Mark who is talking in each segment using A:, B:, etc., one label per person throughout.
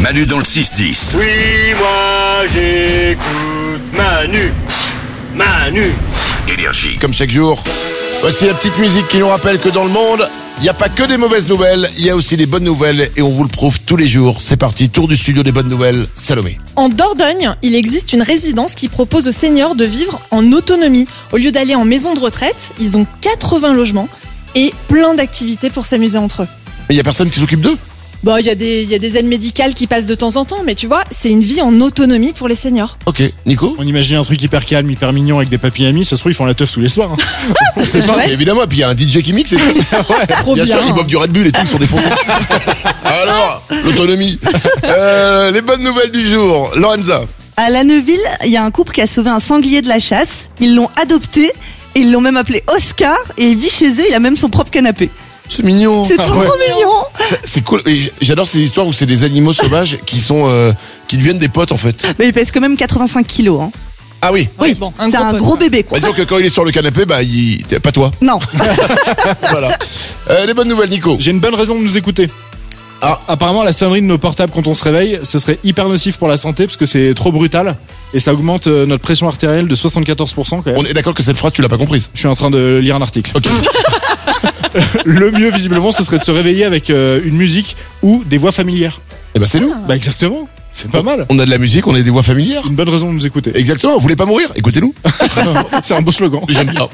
A: Manu dans le 6-10.
B: Oui, moi j'écoute Manu. Manu.
A: Énergie.
C: comme chaque jour. Voici la petite musique qui nous rappelle que dans le monde, il n'y a pas que des mauvaises nouvelles, il y a aussi des bonnes nouvelles et on vous le prouve tous les jours. C'est parti, tour du studio des bonnes nouvelles, Salomé.
D: En Dordogne, il existe une résidence qui propose aux seniors de vivre en autonomie. Au lieu d'aller en maison de retraite, ils ont 80 logements et plein d'activités pour s'amuser entre eux.
C: Mais il n'y a personne qui s'occupe d'eux
D: Bon, il y, a des- il y a des aides médicales qui passent de temps en temps, mais tu vois, c'est une vie en autonomie pour les seniors.
C: Ok, Nico
E: On imagine un truc hyper calme, hyper mignon avec des papis amis, ça se trouve ils font la teuf tous les soirs. hein.
D: C'est
C: Mais Bah Évidemment, et puis il y a un DJ qui mixe et tout.
D: trop
C: Bien
D: bien.
C: sûr, ils boivent du Red Bull et tout, ils sont défoncés. Alors, l'autonomie. Euh, les bonnes nouvelles du jour, Lorenza.
F: À La Neuville, il y a un couple qui a sauvé un sanglier de la chasse. Ils l'ont adopté et ils l'ont même appelé Oscar et il vit chez eux. Il a même son propre canapé.
C: C'est mignon.
F: C'est
C: Ah
F: trop
C: ouais.
F: mignon.
C: C'est- C'est cool. Et j- J'adore ces histoires où c'est des animaux sauvages qui sont euh, qui deviennent des potes en fait.
F: Mais il pèse quand même 85 kilos. hein.
C: Ah oui.
D: Oui, bon, un
F: c'est
D: gros
F: un
D: pote,
F: gros
D: ouais.
F: bébé quoi.
C: Bah, disons que quand il est sur le canapé, bah il... t'es- pas toi.
F: Non.
C: voilà. Euh, les bonnes nouvelles, Nico.
E: J'ai une bonne raison de nous écouter.
C: Ah.
E: Apparemment, la sonnerie de nos portables quand on se réveille, ce serait hyper nocif pour la santé parce que c'est trop brutal et ça augmente euh, notre pression artérielle de 74% quand même.
C: On est d'accord que cette phrase, tu l'as pas comprise.
E: Je suis en train de lire un article.
C: Ok.
E: Le mieux, visiblement, ce serait de se réveiller avec euh, une musique ou des voix familières.
C: Eh ben c'est nous.
E: Bah, exactement. C'est pas mal.
C: On a de la musique, on a des voix familières.
E: Une bonne raison de nous écouter.
C: Exactement. Vous voulez pas mourir Écoutez-nous.
E: c'est un beau slogan.
C: J'aime bien.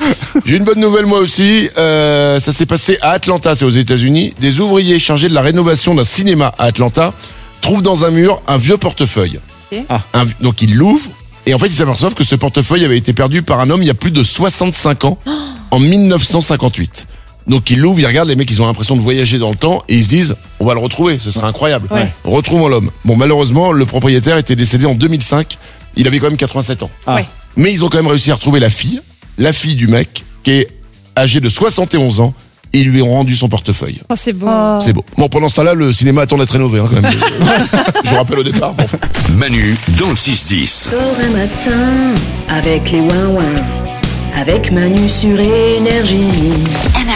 C: J'ai une bonne nouvelle moi aussi. Euh, ça s'est passé à Atlanta, c'est aux États-Unis. Des ouvriers chargés de la rénovation d'un cinéma à Atlanta trouvent dans un mur un vieux portefeuille.
D: Ok.
E: Ah.
C: Un vi- donc ils l'ouvrent et en fait ils s'aperçoivent que ce portefeuille avait été perdu par un homme il y a plus de 65 ans, en 1958. Donc ils l'ouvrent, ils regardent, les mecs ils ont l'impression de voyager dans le temps et ils se disent on va le retrouver, ce sera incroyable.
D: Ouais.
C: Retrouvons l'homme. Bon malheureusement le propriétaire était décédé en 2005, il avait quand même 87 ans.
E: Ah.
D: Ouais.
C: Mais ils ont quand même réussi à retrouver la fille, la fille du mec, qui est âgée de 71 ans, et ils lui ont rendu son portefeuille.
D: Oh, c'est beau.
F: Oh.
C: C'est beau. Bon, pendant ce temps-là, le cinéma attend d'être rénové, hein, quand même. Je vous rappelle au départ. Bon, enfin.
A: Manu dans le 6-10.
G: Pour un matin avec les ouin-ouin, avec Manu sur énergie.
H: Un